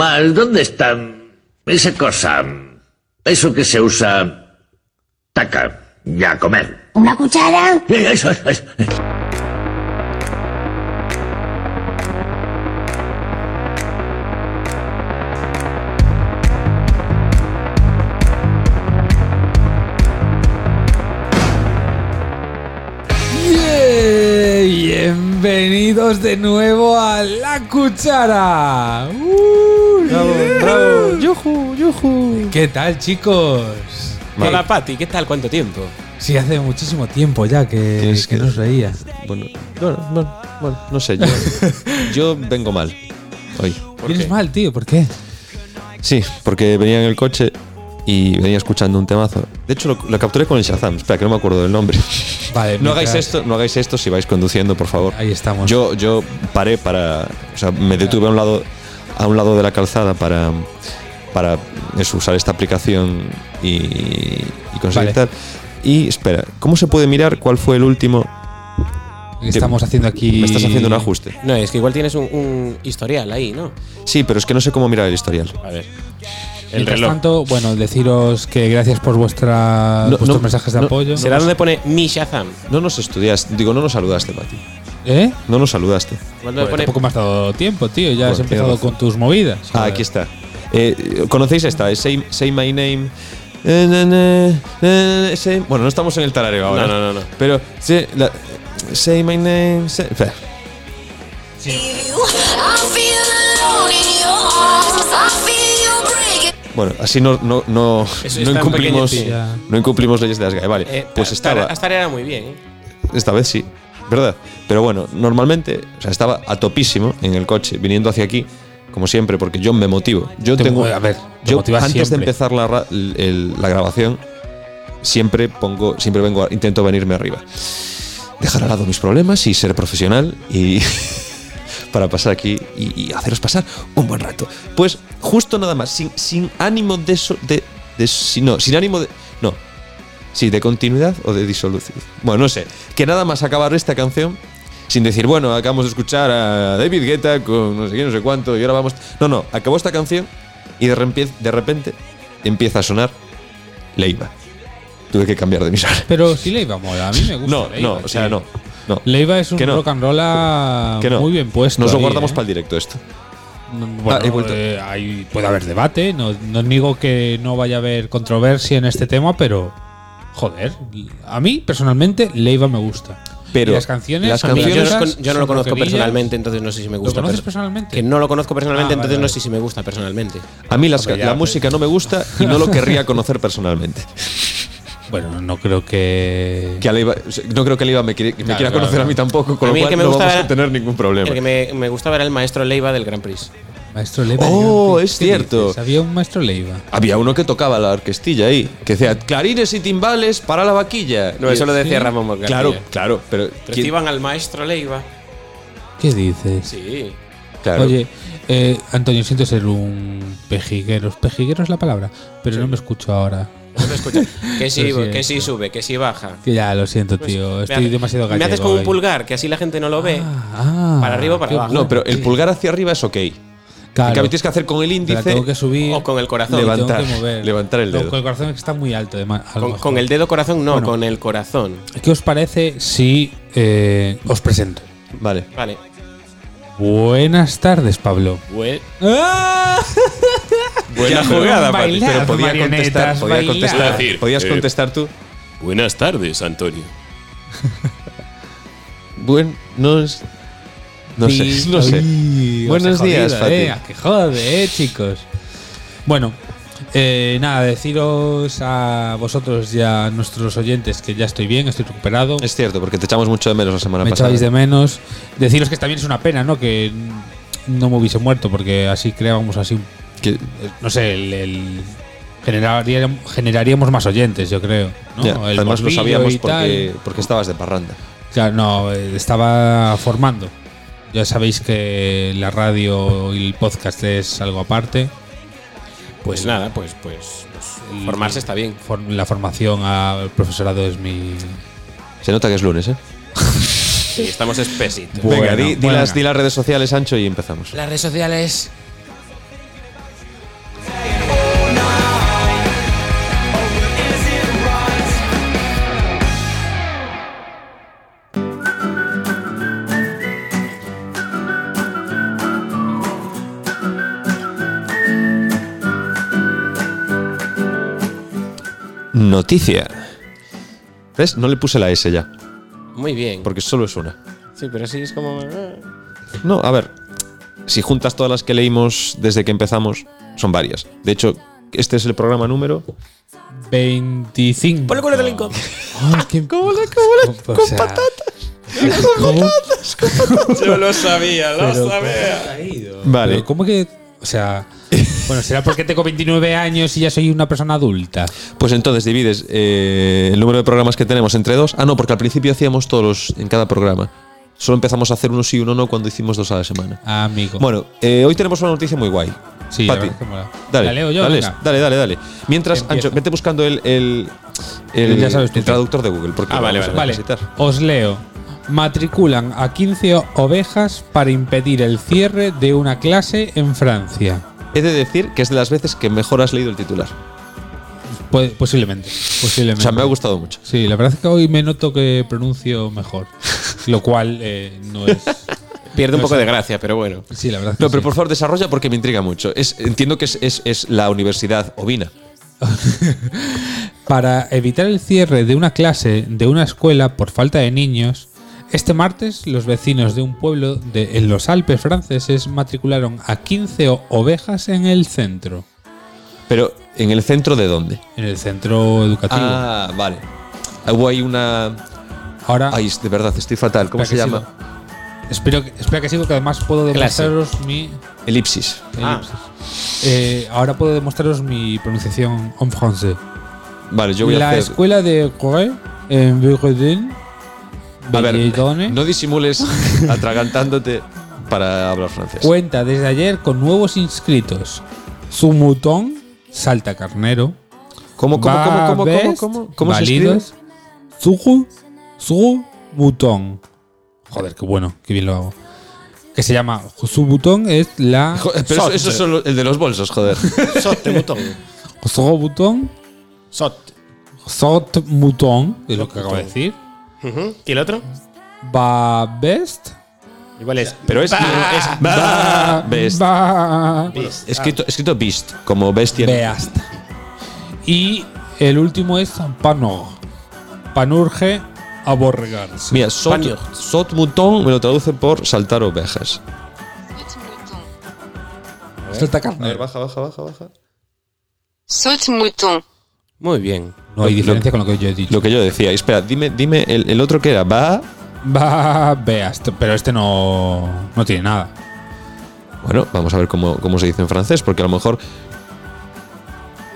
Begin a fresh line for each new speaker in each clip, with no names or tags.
Mal, ¿dónde está esa cosa? Eso que se usa. Taca, ya comer.
¿Una cuchara?
Eh, Eso, eso, eso.
¡Yey! Bienvenidos de nuevo a La Cuchara. ¡Uh!
Bravo, bravo.
¡Yujú, yujú! ¿Qué tal, chicos?
Hola, Pati, ¿qué tal? ¿Cuánto tiempo?
Sí, hace muchísimo tiempo ya que,
Tienes
que
que-
nos reía.
Bueno, bueno, bueno, bueno, no sé, yo, yo vengo mal hoy.
Vienes mal, tío, ¿por qué?
Sí, porque venía en el coche y venía escuchando un temazo. De hecho, lo, lo capturé con el Shazam, espera, que no me acuerdo del nombre.
Vale,
No
mientras-
hagáis esto, no hagáis esto si vais conduciendo, por favor.
Ahí estamos.
Yo, yo paré para. O sea, me detuve a un lado, a un lado de la calzada para, para eso, usar esta aplicación y, y
Vale.
conseguir tal. Y espera, ¿cómo se puede mirar cuál fue el último?
Estamos haciendo aquí.
Me estás haciendo un ajuste.
No, es que igual tienes un, un historial ahí, ¿no?
Sí, pero es que no sé cómo mirar el historial.
A ver. El
Mientras
reloj.
tanto, bueno, deciros que gracias por vuestra,
No,
vuestros
no,
mensajes de
no,
apoyo.
Será donde pone mi Shazam.
No nos estudiaste, digo, no nos saludaste, Mati.
¿Eh?
No nos saludaste.
Igual donde pone
Tampoco me has dado tiempo, tío. Ya has
Bueno,
empezado
tienes razón.
con tus movidas.
Ah, aquí está. Eh, ¿Conocéis esta? Eh, Say, Say My Name. Eh, na, na, na, na, say- Bueno, no estamos en el tarareo ahora.
no, no, no.
Pero sí, la- Say My Name. say- espera. Bueno, así no, no, no,
Eso está
no
en
incumplimos,
pequeñecilla.
no incumplimos leyes de las GAE. Vale,
Eh,
pues
ta-
estaba.
tarea- Esta tarea era muy bien, ¿eh?
Esta vez sí, ¿verdad? Pero bueno, normalmente o sea, estaba a topísimo en el coche, viniendo hacia aquí, como siempre, porque yo me motivo. Yo
Te
tengo.
mo- a ver, te
yo
motivas
antes de
siempre.
empezar la, ra- el- el- la grabación, siempre pongo, siempre vengo, a- intento venirme arriba. Dejar al lado mis problemas y ser profesional y. para pasar aquí y, y haceros pasar un buen rato. Pues justo nada más, sin, sin ánimo de, so- de, de- si- No, sin ánimo de. No. Sí, de continuidad o de disolución. Bueno, no sé. Que nada más acabar esta canción sin decir, bueno, acabamos de escuchar a David Guetta con no sé qué, no sé cuánto y ahora vamos. No, no, acabó esta canción y de, repie- de repente empieza a sonar Leiva. Tuve que cambiar de emisora.
Pero sí Leiva mola, a mí me gusta.
No,
Leiva,
no, o sea,
tío.
no. No.
Leiva es un
Que no.
rock and roll ah,
Que no.
muy bien puesto.
Nos lo
ahí,
guardamos
¿eh?
para el directo esto. Ah,
No, Bueno,
he vuelto.
eh, ahí puede haber debate. No, no niego que no vaya a haber controversia en este tema, pero. Joder, a mí personalmente Leiva me gusta.
Pero
Y las canciones.
las
a mí
Yo,
canciones-
no,
esas
con- yo no lo
son
conozco
rockerillas.
personalmente, entonces no sé si me gusta.
conoces
perso-
personalmente?
Que no lo conozco personalmente,
Ah, vale,
entonces no
vale.
sé si me gusta personalmente.
A mí las-
Hombre, ya, pues.
la
pero-
música no me gusta y no lo querría conocer personalmente.
Bueno, no creo que.
Que a Leiva- o sea, no creo que Leiva me, quiere- me
Claro,
quiera
claro,
conocer a
claro.
mí tampoco, con
A
lo
mí el
cual
que me
no
gusta
vamos
era-
a tener ningún problema.
El que me, me gustaba era el maestro Leiva del Grand Prix.
Maestro Leiva.
Oh,
¿qué
es
dices?
cierto.
Había un maestro Leiva.
Había uno que tocaba la orquestilla ahí, que decía clarines y timbales para la vaquilla.
No,
Y-
eso lo decía Ramón Morgan.
Claro, claro, pero. ¿quién-
Reciban al maestro Leiva.
¿Qué dices?
Sí.
claro.
Oye, eh, Antonio, siento ser un pejiguero. Pejiguero es la palabra, pero no me escucho ahora.
No te escucho. Que sí,
Lo
que sí
siento.
sube, que sí baja.
Que ya, lo siento,
Pues,
eh. tío.
me
Estoy
hace-
demasiado
Me
gallego.
haces como un
hoy.
pulgar, que así la gente no lo ve.
Ah, ah,
Para arriba o para
qué
abajo.
no, pero el pulgar hacia arriba es ok.
Claro.
En cambio, tienes que hacer con el
Pero
índice.
tengo que subir.
O con el corazón.
tengo que
levantar,
mover.
levantar el
No,
dedo.
Con el corazón que está muy alto. además, a lo
Con,
mejor.
con el dedo corazón, no,
Bueno.
con el corazón.
¿Qué os parece si eh, os presento?
Vale.
Vale.
Buenas tardes, Pablo.
Ah. Buena
jugada, Pati.
Pero podía contestar,
marionetas,
podía
bailar.
contestar,
Es decir,
podías
eh,
contestar tú.
Buenas tardes, Antonio.
Buen, no es. No sé, no sé.
Uy,
Buenos
os he
días,
jodido, eh,
Fati.
a que jode, eh, chicos. Bueno, eh, nada, deciros a vosotros y a nuestros oyentes que ya estoy bien, estoy recuperado.
Es cierto, porque te echamos mucho de menos la semana
me
pasada.
echabais de menos. Deciros que también es una pena, ¿no? Que mm, no me hubiese muerto, porque así creábamos así, un-
Que-
eh, no sé, el, el- generaríamos, generaríamos más oyentes, yo creo. ¿no?
ya,
El
además lo
morbillo
sabíamos
y tal.
porque, porque estabas de parranda.
Claro, no, eh, estaba formando. Ya sabéis que la radio y el podcast es algo aparte.
Pues nada, pues, pues, pues formarse está bien.
For- la formación al profesorado es mi.
Se nota que es lunes, ¿eh?
Sí, estamos espesitos.
Venga,
Bueno,
di, di las,
bueno.
di las redes sociales, Ancho, y empezamos.
Las redes sociales.
Noticia. ¿Ves? No le puse la S ya,
Muy bien.
porque solo es una.
Sí, pero sí es como. eh,
No, a ver. Si juntas todas las que leímos desde que empezamos, son varias. De hecho, este es el programa número.
25.
Ponle culo del Lincoln.
¿Cómo la, con patatas? Con patatas.
Yo lo sabía, lo sabía.
Vale.
Pero, ¿Cómo que.? O sea. Bueno, será porque tengo 29 años y ya soy una persona adulta.
Pues entonces divides eh, el número de programas que tenemos entre dos. Ah, no, porque al principio hacíamos todos los en cada programa. Solo empezamos a hacer uno sí y uno no cuando hicimos dos a la semana.
Ah, amigo.
Bueno, eh, hoy tenemos una noticia muy guay.
sí, la
Pati,
verdad es que mola.
dale,
La leo yo.
dale,
venga.
dale, dale, dale. Mientras,
Empieza.
Ancho, vete buscando el, el, el-
Ya sabes tú
el
qué.
traductor de Google. Porque
Ah,
lo
vale,
vamos a
Vale,
necesitar.
os leo. Matriculan a 15 ovejas para impedir el cierre de una clase en Francia.
He de decir que es de las veces que mejor has leído el titular.
Pu- Pues, posiblemente.
O
posiblemente.
sea, me ha gustado mucho.
Sí, la verdad es que hoy me noto que pronuncio mejor. lo cual eh, no es.
Pierde un poco de gracia, pero bueno.
Sí, la verdad. es que
No, pero
sí.
por favor, desarrolla porque me intriga mucho. Es, entiendo que es, es- es la universidad ovina.
Para evitar el cierre de una clase de una escuela por falta de niños, este martes los vecinos de un pueblo de, en los Alpes franceses matricularon a 15 o- ovejas en el centro.
Pero, ¿en el centro de dónde?
En el centro educativo.
Ah, vale. Hubo ahí una.
Ahora,
Ay, es- de verdad, estoy fatal. ¿Cómo se
espera Ah. que
llama?
sigo. Espero que- espera que sigo, que además puedo
Clase.
demostraros mi.
Elipsis.
elipsis. Eh, ahora puedo demostraros mi pronunciación en francés.
Vale, yo voy
la
a hacer.
escuela de Corée en Burgundin.
A ver, no disimules atragantándote para hablar francés.
cuenta desde ayer con nuevos inscritos. Sumutón, salta carnero.
¿Cómo, cómo, cómo, cómo, cómo, cómo, cómo se escribe?
validos, Suju, Suju Mutón. Joder, qué bueno, qué bien lo hago. Que se llama Subutón es la
Jo- eh, Pero eso, eso son lo- el de los bolsos, joder.
Sot, botón.
Sobutón,
Sot.
Sot Mutón, es lo que acabo de decir.
Ujú. ¿Y el otro?
Va best,
Igual es.
Pero es. es ba- best.
va
Escrito, escrito beast, como bestia.
Beast. Y el último es Panor. Panurge aborregarse.
Mira, sot,
Paño.
sot mouton me lo traduce por saltar ovejas.
Saute-mouton.
Salta
A ver,
carnero.
baja, baja, baja, baja.
Saute-mouton.
Muy bien.
No hay
Lo-
diferencia con lo que yo he dicho.
Lo que yo decía, espera, dime, dime el, el otro que era. Va.
Va Beast, pero este no, no tiene nada.
Bueno, vamos a ver cómo, cómo se dice en francés, porque a lo mejor.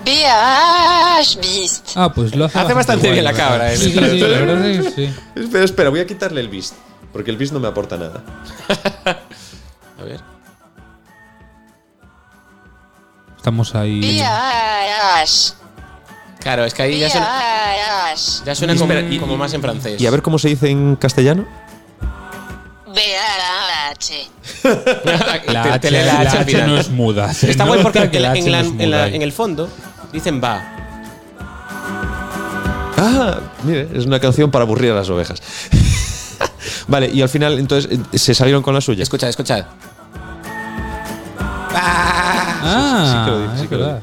B.H. Beast.
Ah, pues lo hace,
Hace bastante bien la
¿verdad?
cabra, ¿eh?
Sí, sí, sí, la verdad es que sí.
Espera, espera, voy a quitarle el beast, porque el beast no me aporta nada.
A ver.
Estamos ahí.
B.H.
Claro, es que ahí ya suena,
B.H.
ya suena como, como más en francés.
Y a ver cómo se dice en castellano.
B.H.
La
Te-
H,
te lee
la
la H al
H
final.
no es muda. Se
Está guay
nota
porque
que
en,
la
la-
H
en la-
no es
en la-
muda ahí.
en el fondo dicen va.
Ah, mire, es una canción para aburrir a las ovejas. vale, y al final, entonces, eh, se salieron con la suya.
Escucha, escucha.
Ah,
sí que lo dice, sí
es
que lo
verdad.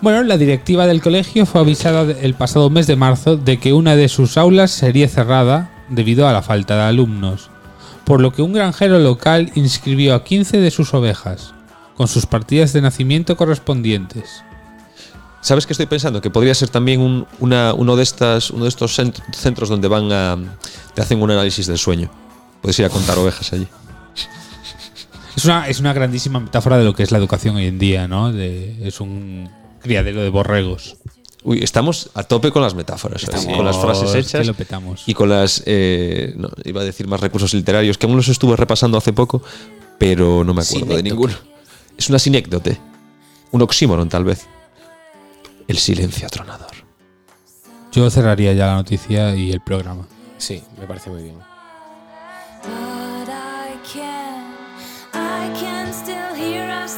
Bueno, la directiva del colegio fue avisada de- el pasado mes de marzo de que una de sus aulas sería cerrada debido a la falta de alumnos, por lo que un granjero local inscribió a 15 de sus ovejas, con sus partidas de nacimiento correspondientes.
¿Sabes qué estoy pensando? Que podría ser también un- una- uno, de estas, uno de estos cent- centros donde van a. te hacen un análisis del sueño. Puedes ir a contar ovejas allí.
Es una, es una grandísima metáfora de lo que es la educación hoy en día, ¿no? De- es un criadero de borregos.
Uy, estamos a tope con las metáforas, ¿sabes?
Estamos,
con las frases
que
hechas
lo petamos.
y con las, eh, no, iba a decir más recursos literarios, que aún los estuve repasando hace poco, pero no me acuerdo de
Sinécdote.
ninguno. Es una sinécdote, un oxímoron tal vez. El silencio atronador.
Yo cerraría ya la noticia y el programa.
Sí, me parece muy bien.
But I can, I can still hear us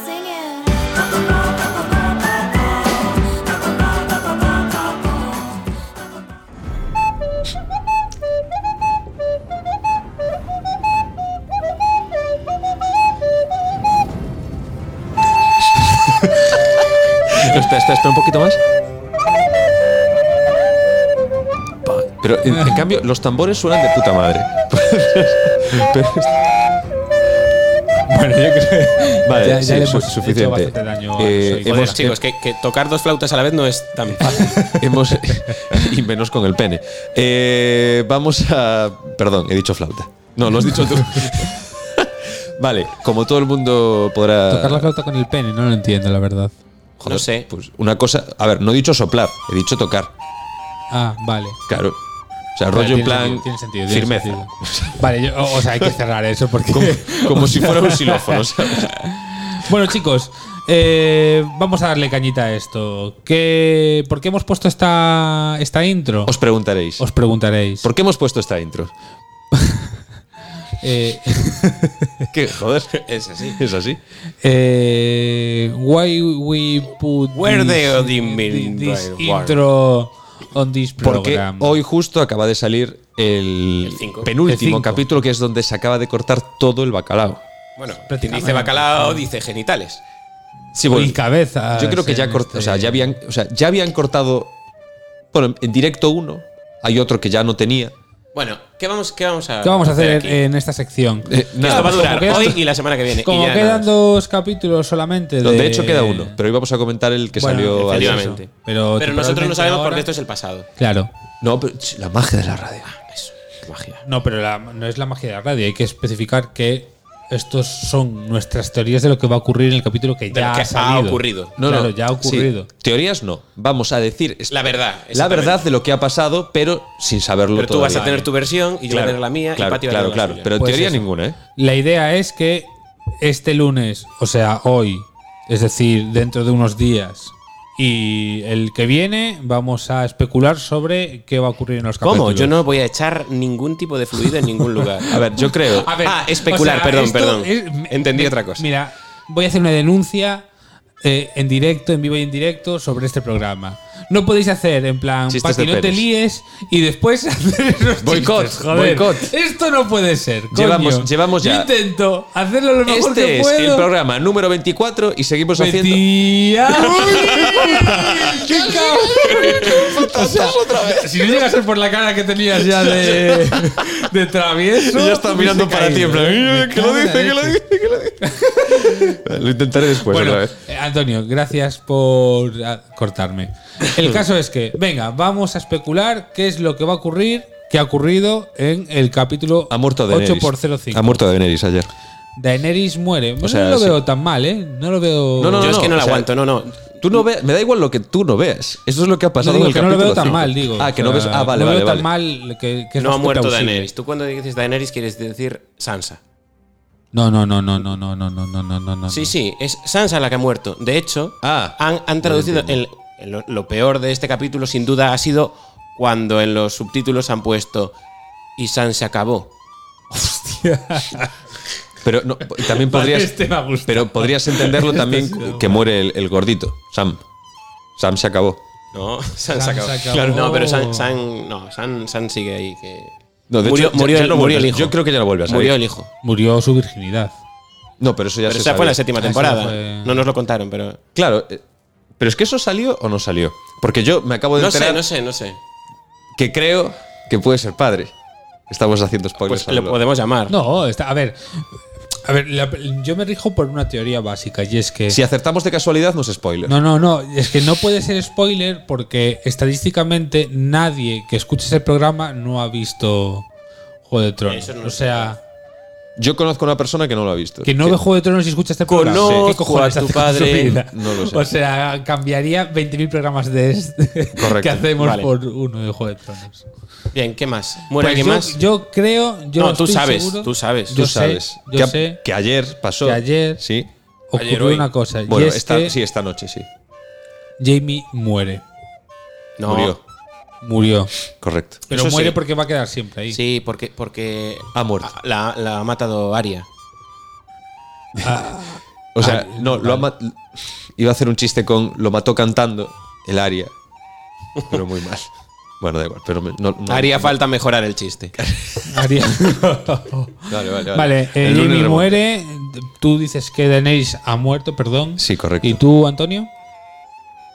singing.
Espera, espera, espera un poquito más. Pa. Pero en, en cambio, los tambores suenan de puta madre. Pero-
Bueno, yo creo
Vale,
ya, ya
sí,
le
su-
hemos
suficiente.
hecho bastante daño. a
Eh,
los oídos.
hemos-
Joder, chicos, que, que tocar dos flautas a la vez no es tan fácil.
hemos. y menos con el pene. Eh, vamos a. Perdón, he dicho flauta. No, lo has dicho tú. vale, como todo el mundo podrá.
Tocar la flauta con el pene, no lo entiendo, la verdad.
No sé.
Pues una cosa. A ver, no he dicho soplar, he dicho tocar.
Ah, vale.
Claro. O sea,
Vale,
rollo
tiene
en plan.
sentido, tiene sentido, tiene
firmeza.
sentido. Vale, yo- o, o sea, hay que cerrar eso porque.
Como, como si fuera un xilófono, ¿sabes?
Bueno, chicos, eh, vamos a darle cañita a esto. ¿Qué, ¿Por qué hemos puesto esta, esta intro?
Os preguntaréis.
Os preguntaréis.
¿Por qué hemos puesto esta intro?
Eh,
Que, joder, es así. Es así.
eh, why we put
Where
this,
the Odin
thi- this
Wire.
intro on this
Porque
program?
hoy justo acaba de salir el,
El cinco.
El
penúltimo
cinco.
capítulo, que es donde se acaba de cortar todo el bacalao.
Bueno, quien
Prácticamente.
dice bacalao, dice genitales.
Sí,
y cabeza. eh,
yo creo que ya, cort- o sea,
este-
ya habían, o sea, ya habían cortado. Bueno, en directo uno, hay otro que ya no tenía.
Bueno, ¿qué vamos, qué vamos a
¿Qué vamos a hacer
aquí?
en esta sección?
Eh,
Que
nada,
esto va a
como
durar
queda-
hoy y la semana que viene. y
Como
ya
quedan
nada.
dos capítulos solamente. De,
no, de hecho, queda uno, pero hoy vamos a comentar el que
Bueno,
salió ayer.
efectivamente.
Pero,
Pero nosotros no
temporalmente
sabemos
ahora-
porque esto es el pasado.
Claro.
No, pero ch, la magia de la radio.
Eso, qué magia.
No, pero la- no es la magia de la radio. Hay que especificar que estos son nuestras teorías de lo que va a ocurrir en el capítulo que
De
ya
lo que
ha,
ha
salido.
ocurrido.
No,
Claro,
no,
ya ha
sí.
ocurrido.
Teorías no. Vamos a decir es-
La verdad.
la verdad
exactamente.
de lo que ha pasado, pero sin saberlo
Pero tú
todavía.
vas a tener tu versión y yo voy a tener la mía y
claro,
Pati va a tener
claro,
la
claro.
suya.
Pero
Pues
teoría
eso.
ninguna, ¿eh?
La idea es que este lunes, o sea, hoy, es decir, dentro de unos días y el que viene, vamos a especular sobre qué va a ocurrir en los capítulos.
¿Cómo? Yo no voy a echar ningún tipo de fluido en ningún lugar.
A ver, yo creo.
A ver, Ah, especular, perdón,
esto
perdón.
me-
Entendí
me-
otra cosa.
Mira, voy a hacer una denuncia eh, en directo, en vivo y en directo sobre este programa. No podéis hacer en plan
Chistes
para que
de
no te
penes.
líes y después hacer esos
Boicot,
chistes, joder.
boicot.
Esto no puede ser. coño.
Llevamos- llevamos ya-
Yo intento hacerlo lo mejor
este
que
es
puedo.
el programa número 24 y seguimos haciendo.
Mentira. ¡Qué cabrón! O sea, Si no llegas a ser por la cara que tenías ya de, de travieso.
Y ya está mirando
hubiese
para ti,
caído,
en plan,
¿eh?
"Eh, que lo
Me
dice,
cago en
que
la
lo
leche.
dice, que lo dice. Lo intentaré después
Bueno,
otra vez.
eh, Antonio, gracias por ah, cortarme. El caso es que, venga, vamos a especular qué es lo que va a ocurrir, qué ha ocurrido en el capítulo
Ha muerto de
8x05.
Ha muerto Daenerys ayer.
Daenerys muere. no
sea,
lo
sí.
veo tan mal, ¿eh? No lo veo.
No, no,
yo es que no
o
la
sea,
aguanto, no, no.
Tú no veas, me da igual lo que tú no veas. Eso es lo que ha pasado
No, digo
en el
que no lo veo
capítulo
tan
cinco.
mal, digo.
Ah, que
O
no
sea,
ves. Ah, vale,
no
vale.
veo
vale.
tan mal que, que es
No ha
bastante
muerto
plausible.
Daenerys. Tú cuando dices Daenerys quieres decir Sansa.
No, no, no, no, no, no, no, no, no, no, no, no.
Sí, sí, es Sansa la que ha muerto. De hecho,
Ah,
han, han traducido. el- el- lo, lo peor de este capítulo, sin duda, ha sido cuando en los subtítulos han puesto Y Sansa acabó.
Pero no, y también
Vale,
podrías.
este me ha gustado. Este
Pero podrías entenderlo también que muere el, el gordito, Sam. Sam se acabó.
No, Sansa,
Sansa
acabó.
acabó.
Claro, no, pero San, San- no, San, San sigue ahí. Que
No, de
murió
hecho, ya-
murió
ya
el,
no
murió
vuelve.
el hijo.
Yo creo que ya no vuelve a salir.
Murió el hijo.
Murió su virginidad.
No, pero eso ya
Pero
se
esa fue en
sabía.
la séptima
Ah, esa
temporada.
fue-
No nos lo contaron, pero.
Claro, eh, pero es que eso salió o no salió. Porque yo me acabo de
No
enterar
sé, no sé, no sé.
que creo que puede ser padre. Estamos haciendo
Ah,
spoilers.
Pues lo
Pablo.
podemos llamar.
No, está, a ver. A ver, la- yo me rijo por una teoría básica y es que.
Si acertamos de casualidad, no es spoiler.
No, no, no. Es que no puede ser spoiler porque estadísticamente nadie que escuche ese programa no ha visto Juego de Tronos.
Eso no
o
es
sea,
Yo conozco a una persona que no lo ha visto.
que no ve Juego de Tronos y escucha este programa.
Conozco
¿Qué cojones
a tu
hace con su
padre?
vida?
No lo sé.
O sea, cambiaría 20.000 programas de este que
Correcto,
hacemos
vale.
por uno de Juego de Tronos.
Bien, ¿qué más? ¿Muere
Pues
alguien
yo,
más?
yo creo. Yo
no, tú
estoy
sabes,
seguro-
tú sabes.
yo
Tú sabes.
sé,
que,
yo
a-
sé.
que ayer pasó.
que ayer
Sí.
ocurrió
Ayer, hoy.
una cosa.
Bueno,
y este es
esta,
que
sí, esta noche, sí.
Jamie muere.
no,
Murió.
Murió.
Correcto.
Pero
Eso
muere
sí.
porque va a quedar siempre ahí.
Sí, porque, porque
Ha muerto.
a- La, la ha matado Aria.
O sea, no, lo ha ma- iba a hacer un chiste con lo mató cantando el aria, pero muy mal. Bueno, da igual, pero me- no, no-
Haría falta mejorar el chiste.
Haría-
Vale, vale, vale.
vale, eh,
El lunes
Jamie
remonta.
muere. Tú dices que Daenerys ha muerto, perdón.
Sí, correcto.
¿Y tú, Antonio?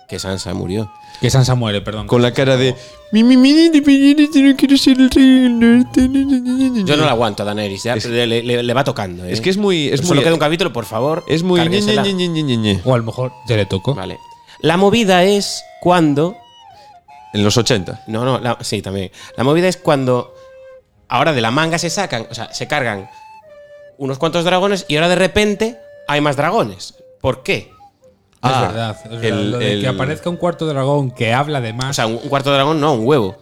Que Sansa murió.
Que Sansa muere, perdón.
Con la cara de mi mi mi mi, mi, mi, yo no quiero ser el rey del norte. ni, ni, ni,
Mm.
ni, ni".
Yo no la aguanto a Daenerys, ya, le, le- le va tocando. ¿eh?
Es que es muy es
Solo
muy
queda un capítulo, por favor.
es muy ni,
cárguensela.
ni, ni, ni, ni, ni.
O a lo mejor ya le tocó.
Vale. La movida es cuando
en los 80.
No, no, la- sí, también. La movida es cuando ahora de la manga se sacan, o sea, se cargan unos cuantos dragones y ahora de repente hay más dragones. ¿Por qué?
Ah,
es verdad. es verdad.
el-
Lo de
el-
que aparezca un cuarto dragón que habla de más.
O sea, un, un cuarto dragón, no, un huevo.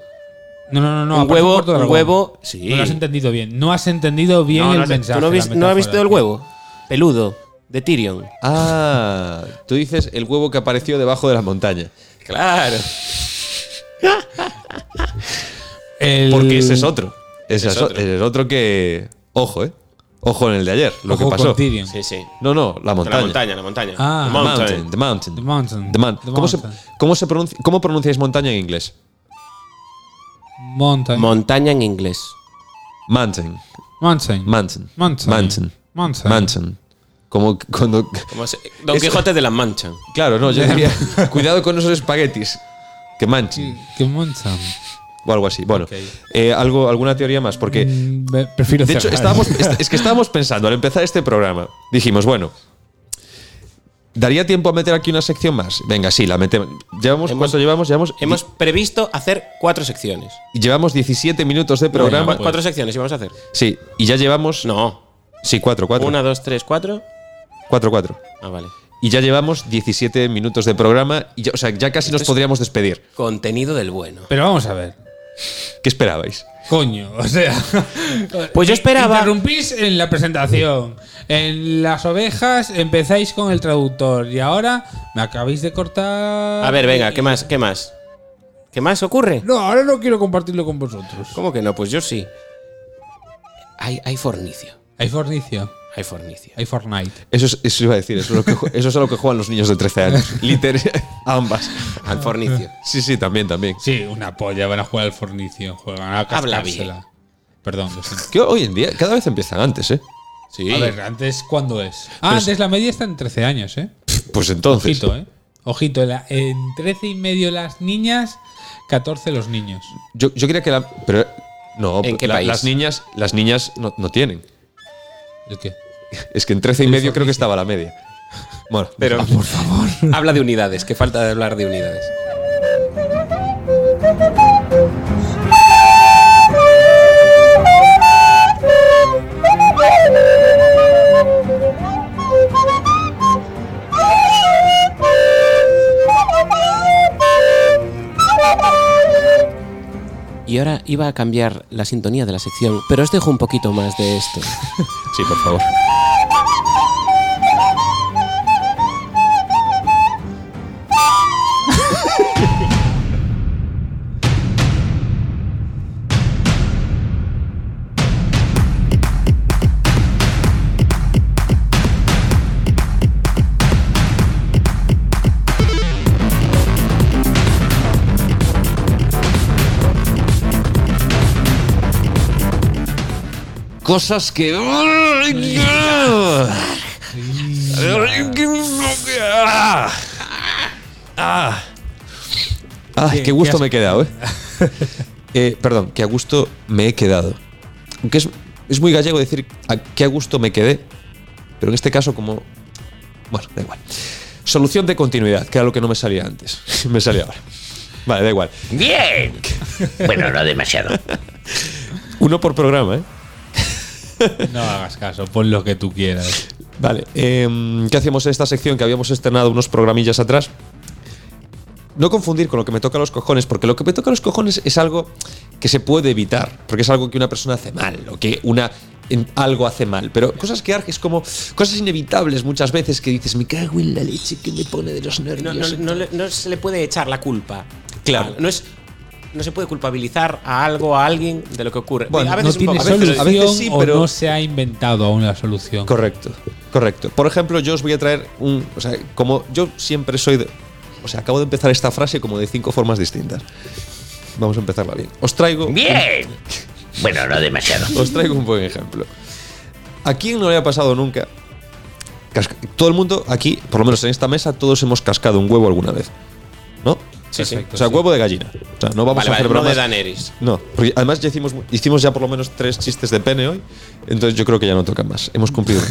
no, no, no, no.
un
aparece
huevo-
cuarto
un
dragón.
huevo- sí.
No lo has entendido bien. No has entendido bien
no,
el
no, sé,
mensaje.
¿tú no,
la
vis- no has
metáfora.
visto el huevo? Peludo, de Tyrion.
Ah, tú dices el huevo que apareció debajo de la montaña.
Claro.
El-
Porque ese es otro. Ese
Es
es, o-
otro.
el otro que. Ojo, eh. Ojo en el de ayer, lo
Ojo
que
con
pasó.
Tyrion.
Sí, sí.
No, no, la montaña.
La montaña, la montaña.
Ah.
The
The
mountain.
mountain, the mountain.
The mountain.
The man-
The
¿Cómo, se,
mountain.
cómo, se pronuncia, ¿Cómo pronunciáis montaña en inglés?
Mountain.
Montaña en inglés.
Mountain.
Mountain.
Mountain.
Mountain.
Mountain.
Mountain.
Mountain. Como c- cuando.
Como se- Don
Es-
Quijote de la Mancha.
Claro, no, yo diría. cuidado con esos espaguetis. Que manchen.
¿Qué mountain?
O algo así. Bueno, eh, algo, alguna teoría más, porque.
Mm, ve- Prefiero
De hecho,
cerrar.
estábamos, est- es que estábamos pensando al empezar este programa. Dijimos, bueno, ¿daría tiempo a meter aquí una sección más? Venga, sí, la metemos. ¿Llevamos,
Hemos-
¿Cuánto llevamos? Llevamos,
Hemos previsto hacer cuatro secciones.
llevamos 17 minutos de programa.
Cu- Cuatro secciones íbamos a hacer.
Sí, y ya llevamos.
No.
Sí, 4, 4.
Una, dos, tres, cuatro.
4, 4.
Ah, vale.
Y ya llevamos 17 minutos de programa. Y ya- o sea, ya casi nos podríamos despedir.
Contenido del bueno.
Pero vamos a ver.
¿Qué esperabais?
Coño, o sea.
Pues yo esperaba-
Interrumpís en la presentación. En las ovejas empezáis con el traductor. Y ahora me acabáis de cortar.
A ver, venga, ¿qué más? ¿Qué más? ¿Qué más ocurre?
No, ahora no quiero compartirlo con vosotros.
¿Cómo que no? Pues yo sí. Hay, hay fornicio.
Hay fornicio.
Hay fornicio.
Hay Fortnite.
Eso, es- eso iba a decir, eso es, lo que, ju- eso es a lo que juegan los niños de 13 años. Liter, ambas.
Al fornicio.
Sí, sí, también, también.
Sí, una polla. Van a jugar al fornicio. Juegan a
Habla
cascársela. Perdón, lo siento.
Que hoy en día cada vez empiezan antes, ¿eh?
Sí.
A ver, antes, ¿cuándo es? Ah, antes la media está en 13 años, ¿eh?
Pues entonces.
Ojito, ¿eh? Ojito, la- en 13 y medio las niñas, 14 los niños.
Yo, yo quería que la. Pero. No,
¿En qué país?
las niñas, las niñas no, no tienen.
¿El qué?
Es que en 13 y medio creo que estaba la media. Bueno,
Pero, por favor. Habla de unidades, que falta de hablar de unidades. Y ahora iba a cambiar la sintonía de la sección, pero os dejo un poquito más de esto.
sí, por favor. Cosas que. Ah. Ah. Ay, qué gusto me he quedado, ¿eh? Eh, Perdón, qué a gusto me he quedado. Aunque es, es muy gallego decir a qué a gusto me quedé, pero en este caso, como. Bueno, da igual. Solución de continuidad, que era lo que no me salía antes. me sale ahora. Vale, da igual.
¡Bien! Bueno, no demasiado.
Uno por programa, ¿eh?
No hagas caso, pon lo que tú quieras.
Vale, em, ¿qué hacíamos en esta sección que habíamos estrenado unos programillas atrás? No confundir con lo que me toca los cojones, porque lo que me toca los cojones es algo que se puede evitar, porque es algo que una persona hace mal, o que una en- algo hace mal, pero cosas que Arg es como cosas inevitables muchas veces que dices, me cago en la leche que me pone de los
No,
nervios.
no- no le- no se le puede echar la culpa.
Claro.
No es no se puede culpabilizar a algo, a alguien de lo que ocurre.
Bueno,
a
No
veces un
tiene
poco, a veces-
solución
a veces sí, pero-
o no se ha inventado aún la solución.
Correcto, correcto. Por ejemplo, yo os voy a traer un. O sea, como yo siempre soy. de- o sea, acabo de empezar esta frase como de cinco formas distintas. Vamos a empezarla bien. Os traigo.
Bien. Bueno, no demasiado.
Os traigo un buen ejemplo. ¿A quién no le ha pasado nunca? Casca- Todo el mundo aquí, por lo menos en esta mesa, todos hemos cascado un huevo alguna vez. ¿No?
Sí, sí.
O sea, huevo de gallina. O sea, no vamos
Vale,
a
vale, no
hacer
de
bromas.
Daenerys.
No, porque además ya hicimos, hicimos ya por lo menos tres chistes de pene hoy, entonces yo creo que ya no tocan más. Hemos cumplido.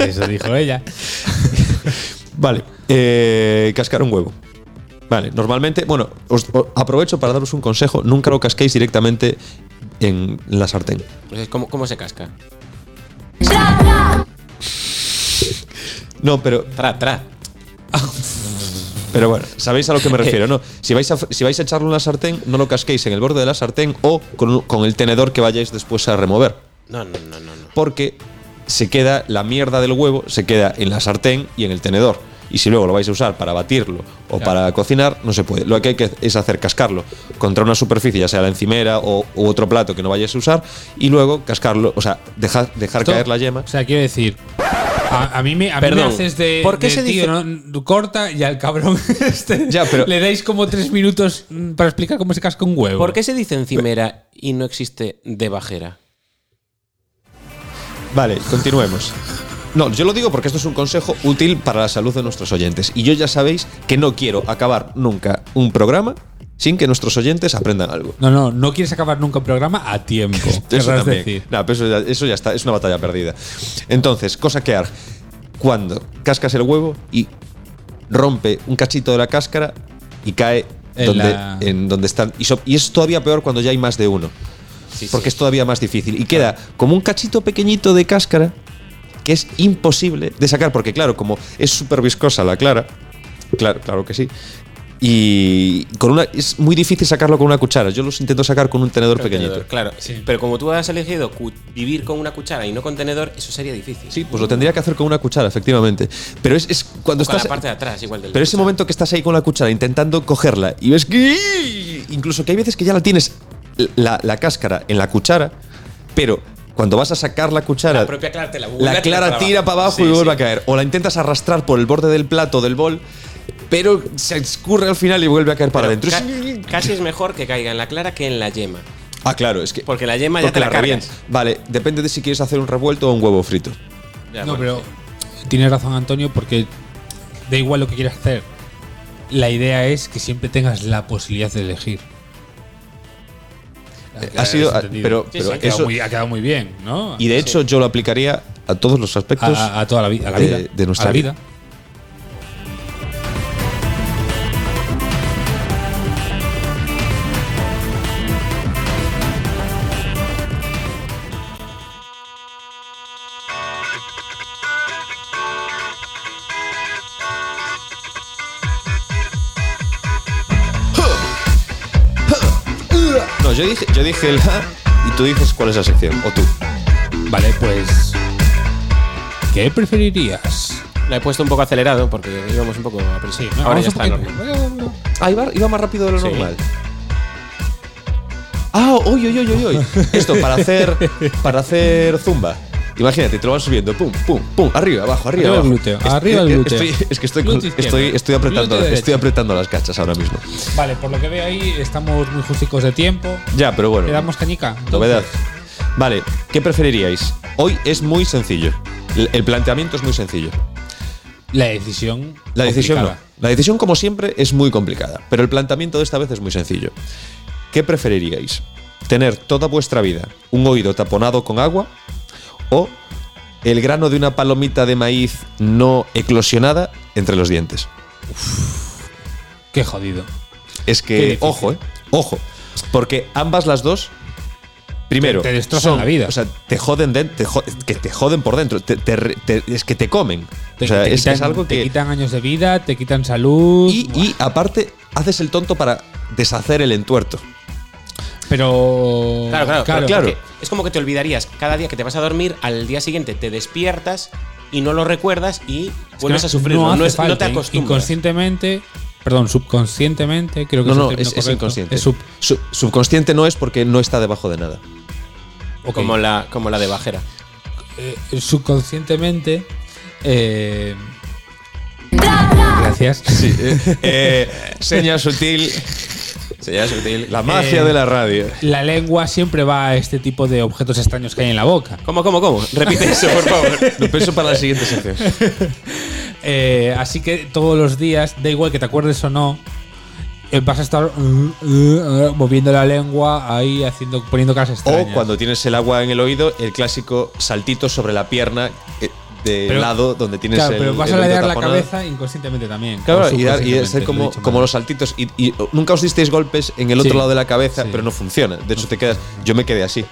Eso dijo ella.
vale, eh, cascar un huevo. Vale, normalmente, bueno, os, o- aprovecho para daros un consejo, nunca lo casquéis directamente en la sartén.
Entonces, ¿cómo, Pues ¿Cómo se casca?
No, pero
Tra, tra.
Pero bueno, sabéis a lo que me refiero, ¿no? Si vais a, si vais a echarlo en la sartén, no lo casquéis en el borde de la sartén o con, con el tenedor que vayáis después a remover.
No, no, no, no. no.
Porque se queda la mierda del huevo, se queda en la sartén y en el tenedor. Y si luego lo vais a usar para batirlo o para cocinar, no se puede. Lo que hay que es hacer cascarlo contra una superficie, ya sea la encimera o u otro plato que no vayáis a usar, y luego cascarlo, o sea, dejar, dejar
Esto-
caer la yema.
O sea, quiero decir. A, a mí me, a mí me
Perdón,
haces de.
¿por qué
de
se
tío,
dice-
¿no? Corta y al cabrón este.
Ya, pero-
Le dais como tres minutos mm, para explicar cómo se casca un huevo.
¿Por qué se dice encimera y no existe debajera?
Vale, continuemos. No, yo lo digo porque esto es un consejo útil para la salud de nuestros oyentes. Y yo ya sabéis que no quiero acabar nunca un programa sin que nuestros oyentes aprendan algo.
No, no, no quieres acabar nunca un programa a tiempo.
Eso
querrás
también.
decir.
No, pero eso ya, eso ya está, es una batalla perdida. Entonces, cosa que Arg, cuando cascas el huevo y rompe un cachito de la cáscara y cae
En
donde,
la-
en donde están. Y, so- y es todavía peor cuando ya hay más de uno. porque es todavía más difícil. Y queda como un cachito pequeñito de cáscara que es imposible de sacar. Porque, claro, como es súper viscosa la clara. Claro, claro que sí. Y con una, es muy difícil sacarlo con una cuchara. Yo los intento sacar con un tenedor pequeñito.
Tenedor, Claro,
Sí.
pero como tú has elegido cu- vivir con una cuchara y no con tenedor, eso sería difícil.
Sí, pues lo tendría que hacer con una cuchara, efectivamente. Pero es, es cuando
O con
estás.
la parte de atrás, igual del.
Pero ese momento que estás ahí con la cuchara intentando cogerla y ves que. Incluso que hay veces que ya la tienes la, la cáscara en la cuchara, pero cuando vas a sacar la cuchara.
La propia clara te la vuelve a
la
tirar
clara
para abajo.
tira para abajo
Sí,
y vuelve
sí.
a caer. O la intentas arrastrar por el borde del plato, del bol, pero se escurre al final y vuelve a caer para
Pero
adentro.
ca- casi es mejor que caiga en la clara que en la yema.
Ah, claro, es que.
Porque la yema ya
porque
te la
revientas.
cargas.
Vale, depende de si quieres hacer un revuelto o un huevo frito. Ah,
Ya,
No,
bueno.
pero tienes razón, Antonio, porque da igual lo que quieras hacer. La idea es que siempre tengas la posibilidad de elegir.
ha sido- ah,
entendido.
pero-
pero
ha, quedado
eso-
muy, ha quedado muy bien, ¿no?
Y de hecho, yo lo aplicaría a todos los
a,
aspectos.
a- a toda la, vi- a la
de-
vida.
de nuestra
A la vida. ah.
No, yo dije, yo dije el ja y tú dices cuál es la sección, o tú.
Vale, pues. ¿Qué preferirías?
La he puesto un poco acelerado porque íbamos un poco a prisa.
Sí,
Ahora
vamos
ya
un
está
poquito.
normal.
Ah, iba, iba más rápido de lo
Sí.
normal. Ah, uy, uy, uy, uy, uy. Esto para hacer, para hacer zumba. Imagínate, te lo vas subiendo, pum, pum, pum, arriba, abajo, arriba,
Arriba el
abajo.
glúteo,
Es-
arriba el
eh,
glúteo.
estoy- es que estoy, con-
Glúteo izquierdo.
estoy, estoy apretando,
Glúteo
estoy
derecho.
apretando las cachas ahora mismo.
Vale, por lo que veo ahí, estamos muy justicos de tiempo.
Ya, pero bueno.
Le damos cañica.
Novedad.
entonces.
Vale, ¿qué preferiríais? Hoy es muy sencillo. El, el planteamiento es muy sencillo.
La decisión.
La decisión
complicada.
no. La decisión, como siempre, es muy complicada. Pero el planteamiento de esta vez es muy sencillo. ¿Qué preferiríais? ¿Tener toda vuestra vida un oído taponado con agua o el grano de una palomita de maíz no eclosionada entre los dientes?
Qué jodido.
Es
Qué
que,
difícil.
ojo, ¿eh? Ojo. Porque ambas las dos, primero.
Te- te destrozan
son-
la vida.
O sea, te joden, de- te jo- que te joden por dentro. te- te re- te- es que te comen.
Te,
o sea,
te
es,
quitan,
es algo
te
que.
quitan años de vida, te quitan salud.
Y,
Buah.
y aparte, haces el tonto para deshacer el entuerto.
Pero.
Claro,
claro.
claro, claro.
claro.
porque Es como que te olvidarías cada día que te vas a dormir, al día siguiente te despiertas y no lo recuerdas y
Es que
vuelves a sufrirlo.
No,
No,
hace
es- no
falta. ¿eh?
te acostumbras.
Inconscientemente Perdón, subconscientemente, creo que
No,
es el
no,
término
es, es
correcto.
inconsciente.
Es sub-
Sub- subconsciente no es porque no está debajo de nada.
ok.
Como, la, como la de Bajera.
Eh, subconscientemente. eh, gracias.
eh, señal sutil. Señal sutil. Eh, La magia de la radio.
La lengua siempre va a este tipo de objetos extraños que hay en la boca.
¿Cómo, cómo, cómo? Repite eso, por favor.
Lo pienso para la siguiente sección.
Eh, así que todos los días, da igual que te acuerdes o no, eh, vas a estar uh, uh, uh, moviendo la lengua ahí haciendo, poniendo caras extrañas.
O cuando tienes el agua en el oído, el clásico saltito sobre la pierna eh, de
Pero-
lado donde tienes
Claro,
el-
pero vas
el
a
oído
ladear la
taponado.
cabeza inconscientemente también.
Claro,
o
y, dar- y
subconscientemente,
ser
lo he
como,
dicho
como
mal.
los saltitos. Y, y nunca os disteis golpes en el
Sí.
otro lado de la cabeza,
Sí.
pero no funciona. De hecho, te quedas. Yo me quedé así.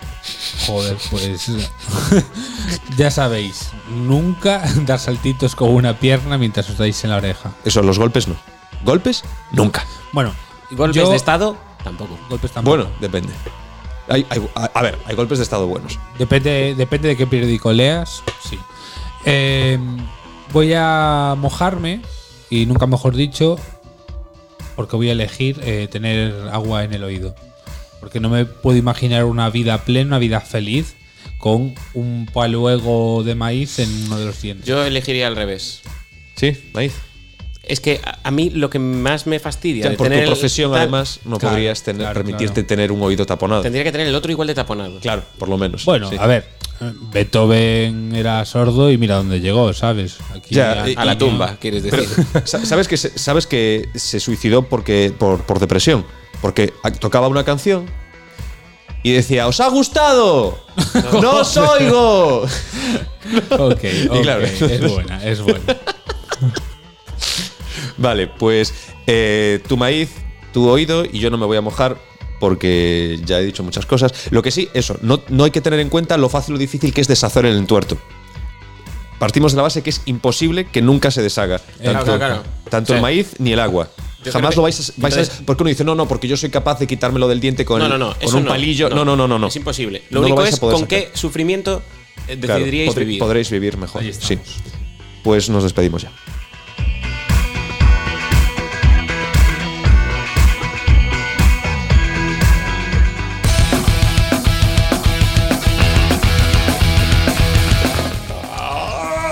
Joder, pues. ya sabéis, nunca dar saltitos con una pierna mientras os dais en la oreja.
Eso, los golpes no. ¿Golpes? Nunca.
Bueno,
Golpes
yo-
de estado, tampoco.
Golpes tampoco.
Bueno, depende. Hay- hay- a, a ver, hay golpes de estado buenos.
Depende, depende de qué periódico leas. Sí. Eh, voy a mojarme, y nunca mejor dicho, porque voy a elegir eh, tener agua en el oído. Porque no me puedo imaginar una vida plena, una vida feliz, con un paluego de maíz en uno de los dientes.
Yo elegiría al revés.
Sí, maíz.
Es que a, a mí lo que más me fastidia.
Ya,
de
por tu
tener el-
profesión,
tal-
además, no
Claro,
podrías tener-
claro,
permitirte tener un oído taponado.
Tendría que tener el otro igual de taponado.
Claro, por lo menos.
Bueno,
sí.
a ver, Beethoven era sordo y mira dónde llegó, ¿sabes? Aquí
Ya,
aquí
y-
A la
no.
tumba, quieres
Pero,
decir.
sa- ¿sabes, que se, ¿Sabes que se suicidó porque, por, por depresión? Porque a- tocaba una canción y decía, ¿os ha gustado? ¡No os oigo!
Ok, ok,
claro,
es buena, es buena.
Vale, pues eh, tu maíz, tu oído y yo no me voy a mojar porque ya he dicho muchas cosas. Lo que sí, eso, no, no hay que tener en cuenta lo fácil o difícil que es deshacer el entuerto. Partimos de la base que es imposible que nunca se deshaga.
Claro,
tanto
claro, claro.
tanto el
Sí.
maíz ni el agua.
Yo creo
Jamás
que-
lo vais a... vais a-
entonces-
porque uno dice, no, no, porque yo soy capaz de quitármelo del diente con,
no,
el-
no, no.
con
eso
un
no,
palillo. No, no, no, no. no.
Es imposible. Lo
No
único
vais a
es
poder
con qué
sacar.
sufrimiento eh,
Claro,
decidiríais
podré-
vivir.
Podréis vivir mejor.
Ahí
Sí.
estamos.
Pues nos despedimos ya.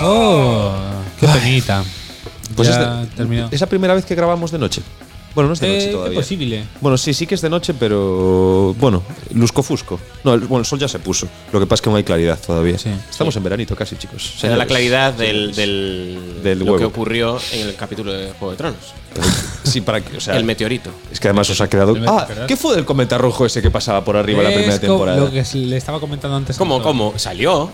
Oh, qué penita.
Pues
ya
es, de-
terminó.
es la primera vez que grabamos de noche. Bueno, no es de
Eh,
noche
qué
todavía.
posible.
Bueno, sí, sí que es de noche, pero bueno, lusco-fusco. No, el, bueno, el sol ya se puso. Lo que pasa es que no hay claridad todavía.
Sí.
Estamos en veranito casi, chicos.
Será la
Señores.
claridad del, del,
Del
lo
huevo.
que ocurrió en el capítulo de Juego de Tronos.
Sí, para que, o sea,
el meteorito.
es que además os ha quedado.
El
Ah,
meteorito.
¿qué fue del cometa rojo ese que pasaba por arriba la
Es
primera
como
temporada?
Lo que se- le estaba comentando antes.
¿Cómo,
Antonio.
cómo? Salió.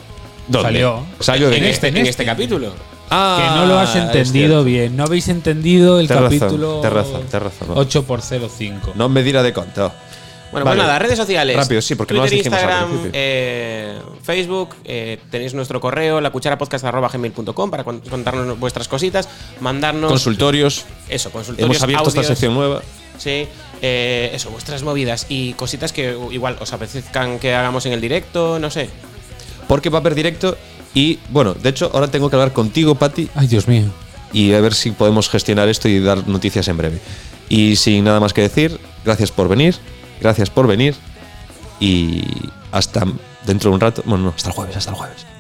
¿Dónde?
Salió.
Salió de
en,
qué?
este,
en
en
este.
este capítulo.
Ah,
Que no lo has
es
entendido
cierto.
bien. No habéis entendido el
Tienes razón,
capítulo
tienes razón, tienes razón, no.
8x05.
No me dirá de conto.
Bueno, pues
Vale.
nada, redes sociales.
Rápido, sí, porque no
Twitter,
las dijimos al
Instagram,
principio.
eh, Facebook, eh, tenéis nuestro correo, lacucharapodcast.com para con- contarnos vuestras cositas, mandarnos
Consultorios.
eso, consultorios,
Hemos abierto esta
audios,
sección nueva.
Sí, eh, eso, vuestras movidas y cositas que u- igual os apetezcan que hagamos en el directo, no sé.
porque va a haber directo y bueno, de hecho ahora tengo que hablar contigo, Pati,
Ay, Dios mío.
y a ver si podemos gestionar esto y dar noticias en breve. Y sin nada más que decir, gracias por venir, gracias por venir y hasta dentro de un rato, bueno, no, hasta el jueves, hasta el jueves.